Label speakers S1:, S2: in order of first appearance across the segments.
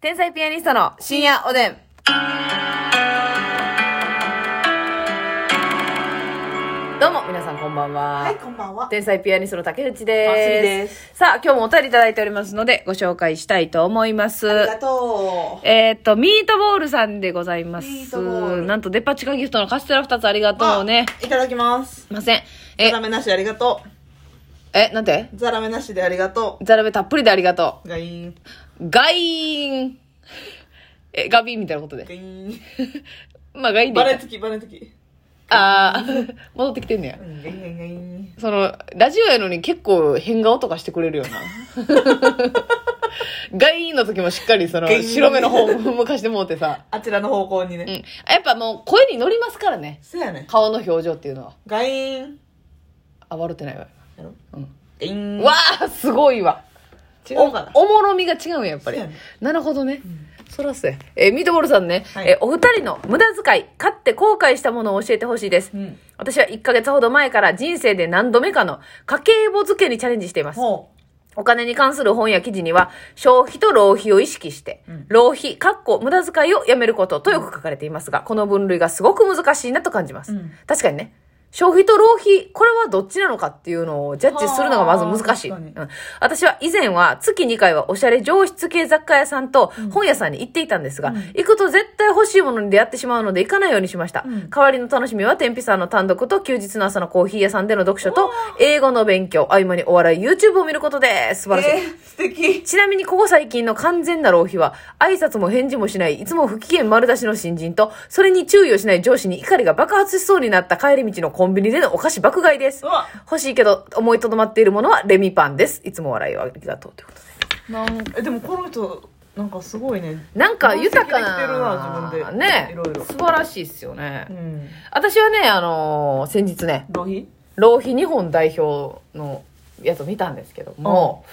S1: 天才ピアニストの深夜おでん。どうも、皆さんこんばんは。
S2: はい、こんばんは。
S1: 天才ピアニストの竹内
S2: まつり
S1: で
S2: ですす。
S1: さあ、今日もお便りいただいておりますので、ご紹介したいと思いま
S2: あり
S1: す。
S2: がとう。
S1: えーっと、ミートボールさんでございま
S2: ミー
S1: す
S2: トボー。ル
S1: なんと、デパ地下ギフトのカステラ2つありがとうね。
S2: あ。いただきます。
S1: すいません。え
S2: ザラ、メなしでありがと
S1: え、なんて
S2: う。ザラメなしでありがと
S1: ザラメたっぷりでありがと
S2: う。ガイン。
S1: う。ガイーン。え、ガビーンみたいなことで
S2: ガ。イン。
S1: まあ、ガイーンでい
S2: バ
S1: いか
S2: レつき、バレつき。
S1: あー、 戻ってきてんねや
S2: う。んガインガインガイン。
S1: その、ラジオやのに結構変顔とかしてくれるよな。 ガイーンの時もしっかりその、
S2: ガイーン
S1: 白目の方向かしてもうてさ。
S2: あちらの方向に
S1: うん。
S2: ね。
S1: やっぱもう声に乗りますからね。
S2: そうやね。
S1: 顔の表情っていうのは。
S2: ガイン。
S1: あ、笑ってないわ。
S2: やろ
S1: うん。
S2: ガイン。
S1: わあすごいわ。
S2: 違うかな
S1: おおもろみが違うんややっぱり
S2: そうやね
S1: なるほどね、そらそうやえーミートボールさんね、
S2: はい
S1: えーお二人の無駄遣い買って後悔したものを教えてほしいです、
S2: うん
S1: 私は1ヶ月ほど前から人生で何度目かの家計簿付けにチャレンジしています
S2: ほ
S1: お金に関する本や記事には、消費と浪費を意識して、浪費、かっこ無駄遣いをやめることとよく書かれていますが、この分類がすごく難しいなと感じます。
S2: うん
S1: 確かにね。消費と浪費、これはどっちなのかっていうのをジャッジするのがまず難しい。
S2: はあ確か
S1: うん私は以前は月2回はおしゃれ上質系雑貨屋さんと本屋さんに行っていたんですが、行くと絶対欲しいものに出会ってしまうので行かないようにしました。
S2: うん
S1: 代わりの楽しみは天日さんの単独と休日の朝のコーヒー屋さんでの読書と英語の勉強、合間にお笑い YouTube を見ることです。素
S2: う。
S1: 晴らしい。
S2: えー、素敵。
S1: ちなみにここ最近の完全な浪費は、挨拶も返事もしない、いつも不機嫌丸出しの新人と、それに注意をしない上司に怒りが爆発しそうになった帰り道のコンビニでのお菓子爆買いです
S2: う。わ。
S1: 欲しいけど、思いとどまっているものはレミパンです。いつも笑いをありがとうということで。
S2: なんえ、でもこの人、なんかすごいね。
S1: なんか豊か
S2: 分析できて
S1: な
S2: るな、自分で
S1: ね
S2: いろいろ
S1: 素晴らしいっすよね。
S2: うん。
S1: 私はね、あのー先日ね、
S2: 浪費
S1: 浪費日本代表のやつを見たんですけども、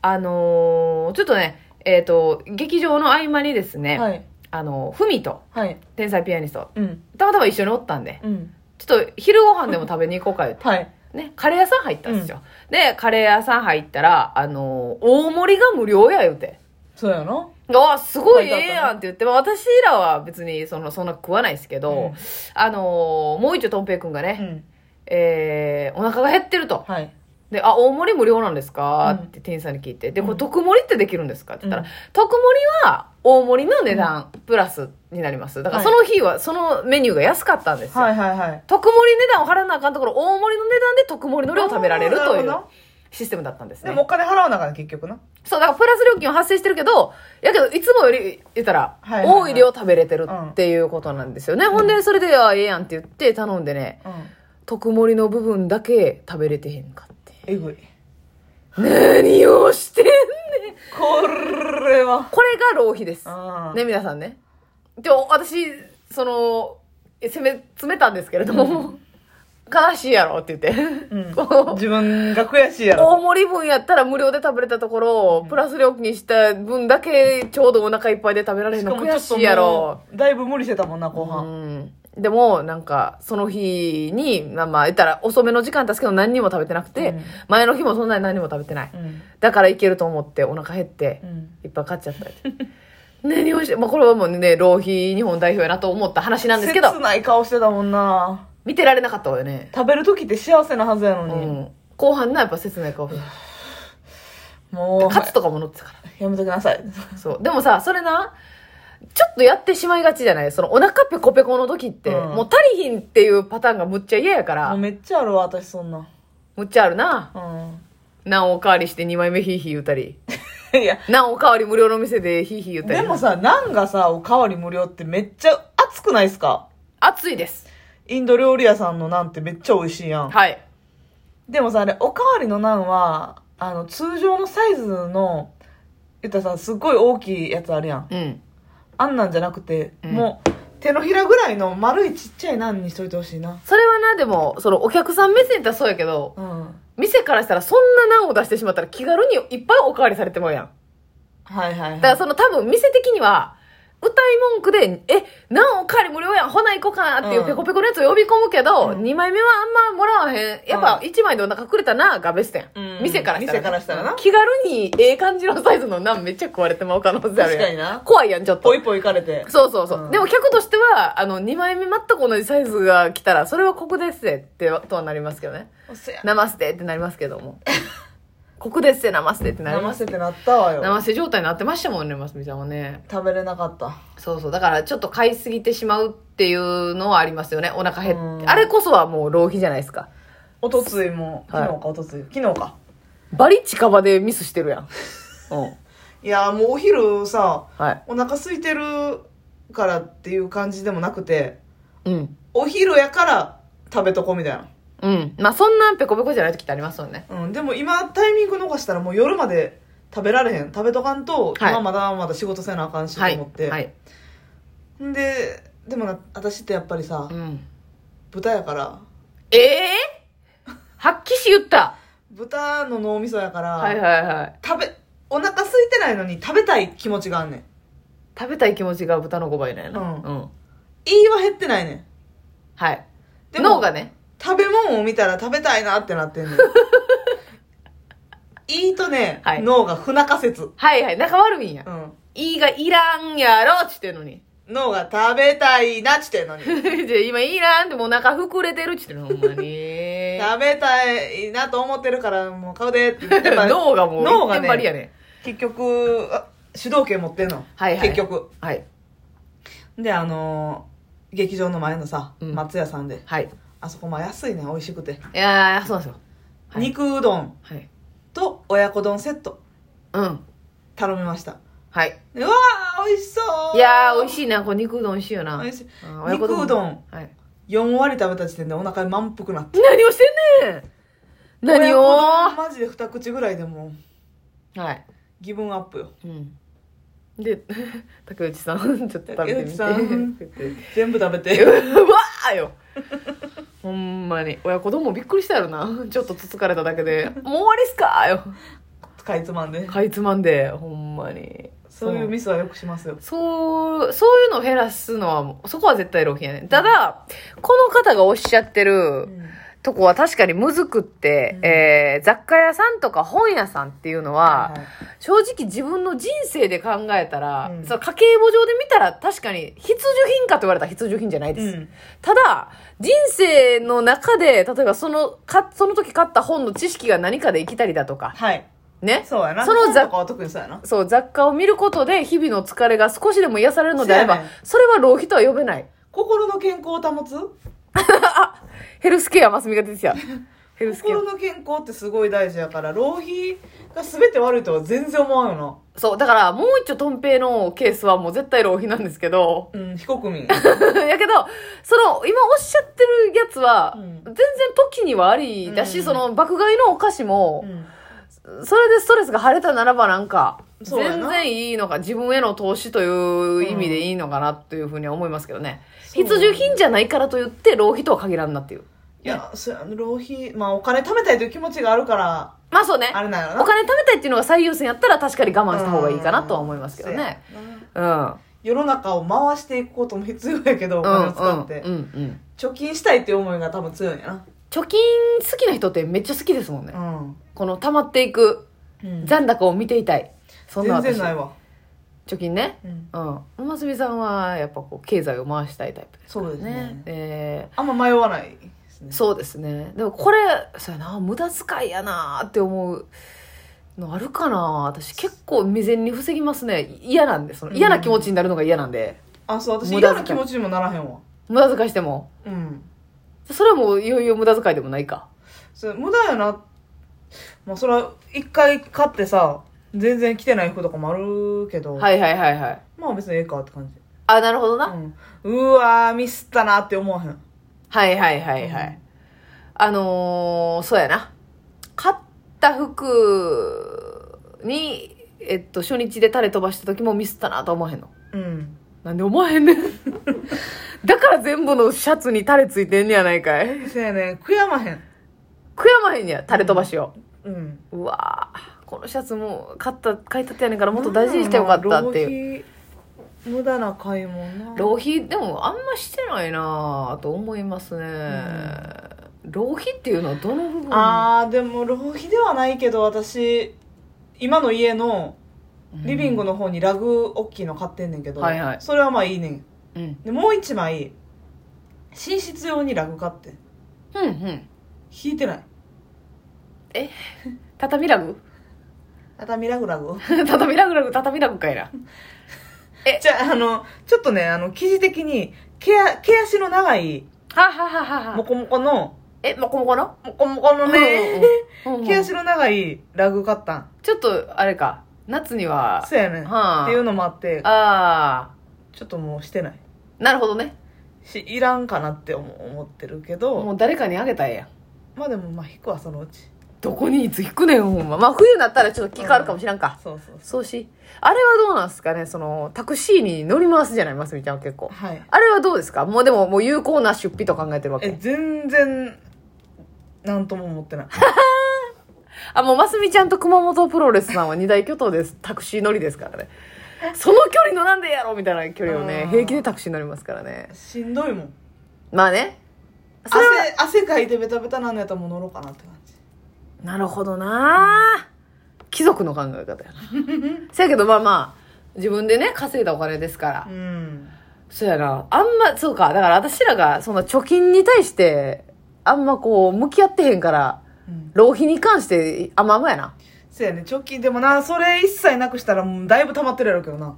S1: あのーちょっとね、えっ、と、劇場の合間にですね、
S2: はい。
S1: あの、ふみと、
S2: はい。
S1: 天才ピアニスト、
S2: うん。
S1: たまたま一緒におったんで、
S2: うん。
S1: ちょっと昼ご飯でも食べに行こうか言って、
S2: はい。
S1: ね、カレー屋さん入ったんですよ。で、カレー屋さん入ったら、あの、大盛りが無料や言うて。
S2: そうやな。
S1: あすごいえ
S2: 書いてあったね
S1: えやんって言って、まあ私らは別にそのそんな食わないですけど、
S2: うん
S1: あのもう一丁とんぺいくんがね、
S2: うん。
S1: えー、お腹が減ってると。
S2: はい。
S1: で、あ、大盛り無料なんですか、
S2: うん
S1: って店員さんに聞いて。で、こ
S2: う
S1: れ、
S2: ん
S1: 特盛りってできるんですかって言ったら、
S2: うん
S1: 特盛りは大盛りの値段プラスになります。だからそ
S2: はい
S1: の日は、そのメニューが安かったんですよ。
S2: はいはいはい。
S1: 特盛り値段を払わなあかんところ、大盛りの値段で特盛りの量を食べられる
S2: あーな
S1: と
S2: る
S1: い
S2: ほ
S1: う
S2: ど
S1: システムだったんです
S2: で
S1: ね
S2: も。お金払わなあから結局な。
S1: そう、だからプラス料金は発生してるけど、やけど、いつもより、言ったら、
S2: はいはいはい
S1: 多い量食べれてるっていうことなんですよね。ほんで、それで、あ、ええやんって言って頼んでね、
S2: うん。
S1: 特盛りの部分だけ食べれてへんかって。
S2: えぐい。
S1: 何をしてんねん
S2: これは。
S1: これが浪費です。
S2: あ
S1: ね、皆さんね。今日、私、その、え攻め、詰めたんですけれども、悲しいやろって言って。
S2: うん
S1: こう
S2: 自分が悔しいやろ。
S1: 大盛り分やったら無料で食べれたところを、プラス料金した分だけちょうどお腹いっぱいで食べられるの悔しいやろ。
S2: う、だいぶ無理してたもんな、後
S1: う
S2: 半。
S1: ん。でも、なんか、その日に、まあまあ、言ったら遅めの時間ですけど何にも食べてなくて、
S2: うん
S1: 前の日もそんなに何も食べてない。
S2: うん。
S1: だからいけると思ってお腹減って、
S2: うん。
S1: いっぱい買っちゃったって 何をして、まあ、これはもうね浪費日本代表やなと思った話なんですけ
S2: 切
S1: ど
S2: ない顔してたもんな。
S1: 見てられなかったわよね、
S2: 食べる時って幸せなはずやの
S1: う
S2: に。
S1: ん、後半なやっぱ切ない顔して
S2: も
S1: カツとかも乗ってたか
S2: う、やめとき なさい。
S1: らそうでもさそれなちょっとやってしまいがちじゃないそのお腹ペコペコの時って、
S2: うん
S1: もう足りひんっていうパターンがむっちゃ嫌やか
S2: もう
S1: ら
S2: めっちゃあるわ、私そんな。
S1: むっちゃあるな
S2: う
S1: 何おかわりして2枚目ヒーヒー言うたり
S2: ん。いや、
S1: 何おかわり無料の店でヒーヒー言うたり
S2: でもさ、ナンがさ、おかわり無料ってめっちゃ熱くないですか
S1: 暑いです
S2: インド料理屋さんのナンってめっちゃ美味しいやん。
S1: はい
S2: でもさ、あれ、おかわりのナンは、あの、通常のサイズの、言ったらさ、すっごい大きいやつあるやん。
S1: うん
S2: あんなんじゃなくて、
S1: うん
S2: もう、手のひらぐらいの丸いちっちゃいナンにしといてほしいな。
S1: それはなでもそのお客さん目線やったらそうやけど
S2: うん。
S1: 店からしたらそんな難を出してしまったら気軽にいっぱいおかわりされてもやん。
S2: はいはい、はい。
S1: だからその多分店的には、歌い文句で、え、何おかわり無料やん、ほな行こうかなっていううんペコペコのやつを呼び込むけど、
S2: うん
S1: 二2枚目はあんまもらわへん。やっぱ1枚でお腹くれたな、がベストやん。
S2: うん
S1: 店からしたら。
S2: 店からしたらな
S1: 気軽にええ感じのサイズのナンめっちゃ食われてまう可能性あるやん。
S2: 確かにな
S1: 怖いやん、ちょっと
S2: ぽ。いぽい行かれて。
S1: そうそうそう。
S2: うん
S1: でも客としては、あの、2枚目全く同じサイズが来たら、それはここですねって、とはなりますけどね。
S2: そや。
S1: ナマステってなりますけども。ここですね、ナマステってなりま
S2: 生
S1: す。
S2: せてなったわ
S1: ナ
S2: よ。
S1: マステ状態になってましたもんね、ますみさんはね。
S2: 食べれなかった。
S1: そうそう。だからちょっと買いすぎてしまうっていうのはありますよね。お腹減っ
S2: う
S1: て。
S2: ん
S1: あれこそはもう浪費じゃないですか。
S2: おとついも、
S1: はい
S2: 昨日かおとつい、昨日か。
S1: バリ近場でミスしてるやん。うん。
S2: いやーもうお昼さ、
S1: はい。
S2: お腹空いてるからっていう感じでもなくて、
S1: うん。
S2: お昼やから食べとこみたい
S1: うん。まあそんなペコペコじゃない時ってありますよね。
S2: な。うん、でも今タイミング逃したらもう夜まで食べられへん。食べとかんと、
S1: はい
S2: 今まだまだ仕事せなあかんしと
S1: はい。
S2: 思って。
S1: はい。
S2: んで、でもな、私ってやっぱりさ
S1: う、ん。
S2: 豚やから、
S1: ええはっきし言った。
S2: 豚の脳みそやから、
S1: はいはいはい。
S2: 食べ、お腹空いてないのに食べたい気持ちがあんねん。
S1: 食べたい気持ちが豚の5倍だよな。
S2: うん
S1: うん。
S2: 言いは減ってないねん。
S1: はい。
S2: でも
S1: 脳がね。
S2: 食べ物を見たら食べたいなってなって んねん。いいとね、
S1: はい
S2: 脳が不仲説。
S1: はいはい。仲悪いんや
S2: う。ん。
S1: いいがいらんやろっつってんのに。
S2: 脳が食べたいなっちってんのに。食
S1: じゃあ今いらんってもうお腹膨れてるっつってんの、ほんま に。
S2: べたいなと思ってるからもう買うでって言って た
S1: 脳がもう
S2: 脳が
S1: 一点張りや
S2: ね、
S1: ね
S2: 結局、あ主導権持ってんの。
S1: はいはい
S2: 結局。
S1: はい
S2: で、あのー劇場の前のさ、
S1: うん
S2: 松屋さんで。
S1: はい
S2: あそこまあ安いね、美味しくて。
S1: いやーそうなんですよはい
S2: 肉うどん
S1: はい
S2: と親子丼セット
S1: うん
S2: 頼みました。
S1: はい
S2: でうわー、美味しそう
S1: いやー美味
S2: し
S1: しいなこれ肉うどん美味しいよな
S2: 美味しい
S1: うん親子
S2: 肉うどん
S1: はい
S2: 4割食べた時点でお腹に満腹なった。
S1: 何をしてんねん何を
S2: 親子丼マジで2口ぐらいでもう
S1: はい
S2: ギブンアップよ。
S1: うんで 竹内さんちょっと 食べてみて
S2: 竹内さん全部食べて。
S1: うわーよほんまに親子丼もびっくりしたやろなちょっとつつかれただけでもう終わりっすかーよ
S2: かいつまんで
S1: かいつまんでほんまに
S2: そういうミスはよくしますよ
S1: そう、そういうのを減らすのはもう、そこは絶対浪費やねん。ただ、この方がおっしゃってるとこは確かにむずくって、
S2: うん
S1: えー、雑貨屋さんとか本屋さんっていうのは、
S2: はいはい
S1: 正直自分の人生で考えたら、
S2: うん
S1: その家計簿上で見たら確かに必需品かと言われたら必需品じゃないです。
S2: うん
S1: ただ、人生の中で、例えばその、か、その時買った本の知識が何かで生きたりだとか、
S2: はい
S1: ね。
S2: そうやな
S1: その
S2: 雑
S1: 雑
S2: 貨は特にそうやな
S1: そう、雑貨を見ることで日々の疲れが少しでも癒されるのであれば、
S2: そうやね
S1: それは浪費とは呼べない。
S2: 心の健康を保つ
S1: ヘルスケア、マスミが出 てきた。ヘルスケア
S2: 心。の健康ってすごい大事やから浪費が全て悪いとは全然思わんよ
S1: そう、だからもう一丁トンペイのケースはもう絶対浪費なんですけど、
S2: なうん非国民
S1: やけど、その、今おっしゃってるやつは、
S2: うん
S1: 全然時にはありだし、
S2: うん
S1: その、爆買いのお菓子も
S2: う、ん
S1: それでストレスが晴れたならばなんか、
S2: そうや
S1: 全
S2: な
S1: 然いいのか、自分への投資という意味でいいのかなというふうには思いますけどね。
S2: そう
S1: 必需品じゃないからと言って浪費とは限らんなっていう。
S2: いやそうやな浪費まあお金貯めたいという気持ちがあるから
S1: まあそうね。
S2: あれなんやろ
S1: お
S2: な
S1: 金貯めたいっていうのが最優先やったら確かに我慢した方がいいかなとは思いますけどね。
S2: そうやな
S1: うん。うん
S2: 世の中を回していくことも必要やけどお
S1: う
S2: 金
S1: ん
S2: を使って
S1: うんうん。
S2: 貯金したいっていう思いが多分強いんや
S1: 貯金好きな人ってめっちゃ好きですもんね。
S2: な
S1: この溜まっていく
S2: うん
S1: 残高を見ていたい。そんな
S2: 全
S1: 私
S2: 然ないわ
S1: 貯金ね。
S2: うん
S1: うん。ますみさんはやっぱこう経済を回したいタイプ
S2: そうで
S1: ですすね。
S2: ね
S1: え
S2: あんま迷わないですね
S1: ーそうですね。でもこれ、そうやな、無駄遣いやなって思うのあるかな私結構未然に防ぎますね。嫌なんで、その嫌な気持ちになるのが嫌なんで。
S2: あそう私
S1: 無
S2: 嫌
S1: 駄遣い
S2: な気持ちにもならへんわ
S1: 無駄遣いしても。
S2: うん
S1: それはもういよいよ無駄遣いでもないか。
S2: それ無駄やなまあそれは一回買ってさ全然着てない服とかもあるけど、
S1: はいはいはいはい。
S2: まあ別にええかって感じ
S1: あ、なるほどな。
S2: うん、うわーミスったなって思わへん
S1: はいはいはいはい。あのー、そうやな。買った服に、えっと、初日でタレ飛ばした時もミスったなと思わへんの。
S2: うん
S1: なんで思わへんねん。だから全部のシャツにタレついてんねやないかい。悔
S2: せやね悔やまへん
S1: やまへんねや、タレ飛ばしを。
S2: うん
S1: うわーこのシャツも買った、買いたてやねんからもっと大事にしてよかったっていう。
S2: いう無駄な買い物な
S1: 浪費でもあんましてないなぁと思いますね、浪費っていうのはどの部分
S2: あーでも浪費ではないけど私今の家のリビングの方にラグ大きいの買ってんねんけど、
S1: うんはいはい
S2: それはまあいいねん
S1: うん
S2: でもう一枚寝室用にラグ買ってん
S1: うんうん
S2: 引いてない
S1: 畳ラグ
S2: 畳ラグラグ
S1: 畳ラグラグ畳ラグかいな
S2: じゃああのちょっとねあの生地的に毛あ毛足の長い
S1: はははは
S2: モコモコの
S1: えもこもこの
S2: モコモコのね
S1: うんうんうん
S2: 毛足の長いラグ買ったん
S1: ちょっとあれか夏には
S2: そうやねん
S1: はあ
S2: っていうのもあって
S1: あ
S2: ちょっともうしてない
S1: あなるほどね
S2: しいらんかなって思思ってるけど
S1: もう誰かにあげたらええやん
S2: まあでもまあ引くわそのうち
S1: どこにいつ引くねんほんままあ冬になったらちょっと気変わるかもしらんか、
S2: そうそうそ
S1: そうし、あれはどうなんすかねその、タクシーに乗り回すじゃないますみちゃんは結構
S2: う。はい
S1: あれはどうですかもうでも、もう有効な出費と考えてるわ
S2: え
S1: け。
S2: 全然なんとも 思ってない
S1: あ、もうますみちゃんと熊本プロレスさんは二大巨頭です。タクシー乗りですからね。その距離のなんでやろみたいな距離を
S2: う
S1: ね
S2: ん、
S1: 平気でタクシー乗りますからね。
S2: しんどいもん
S1: まあね。そ
S2: 汗
S1: れは、
S2: 汗かいてベタベタなんのやったらもう乗ろうかなって感じ
S1: なるほどな貴族の考え方やな。 せやけど、まあまあ、自分でね、稼いだお金ですから。
S2: うん
S1: そうやな。あんま、そうか。だから私らが、その貯金に対して、あんまこう、向き合ってへんから、
S2: うん
S1: 浪費に関して、あんまあんまやな。
S2: そうやね貯金でもなそれ一切なくしたらもうだいぶ溜まってるやろうけどな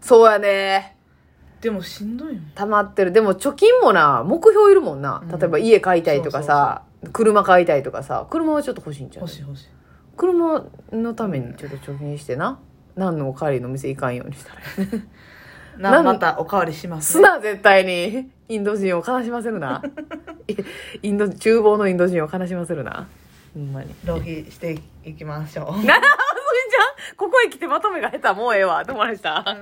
S1: そうやね。
S2: でもしんどいもん
S1: 溜まってる。でも貯金もな、目標いるもんな。
S2: うん
S1: 例えば家買いたいとかさ、車買いたいとかさ、車はちょっと欲しいんちゃう
S2: 欲しい欲しい
S1: 車のためにちょっと貯金してな。何のおかわりの店行かんようにしたら。 な
S2: なんまたおかわりします
S1: な、絶対に。インド人を悲しませる な。インド、厨房のインド人を悲しませるな。ほんまに。
S2: 浪費していきましょう
S1: なあ、それじゃんここへ来てまとめが下手もうええわ。どうもありがとうございました。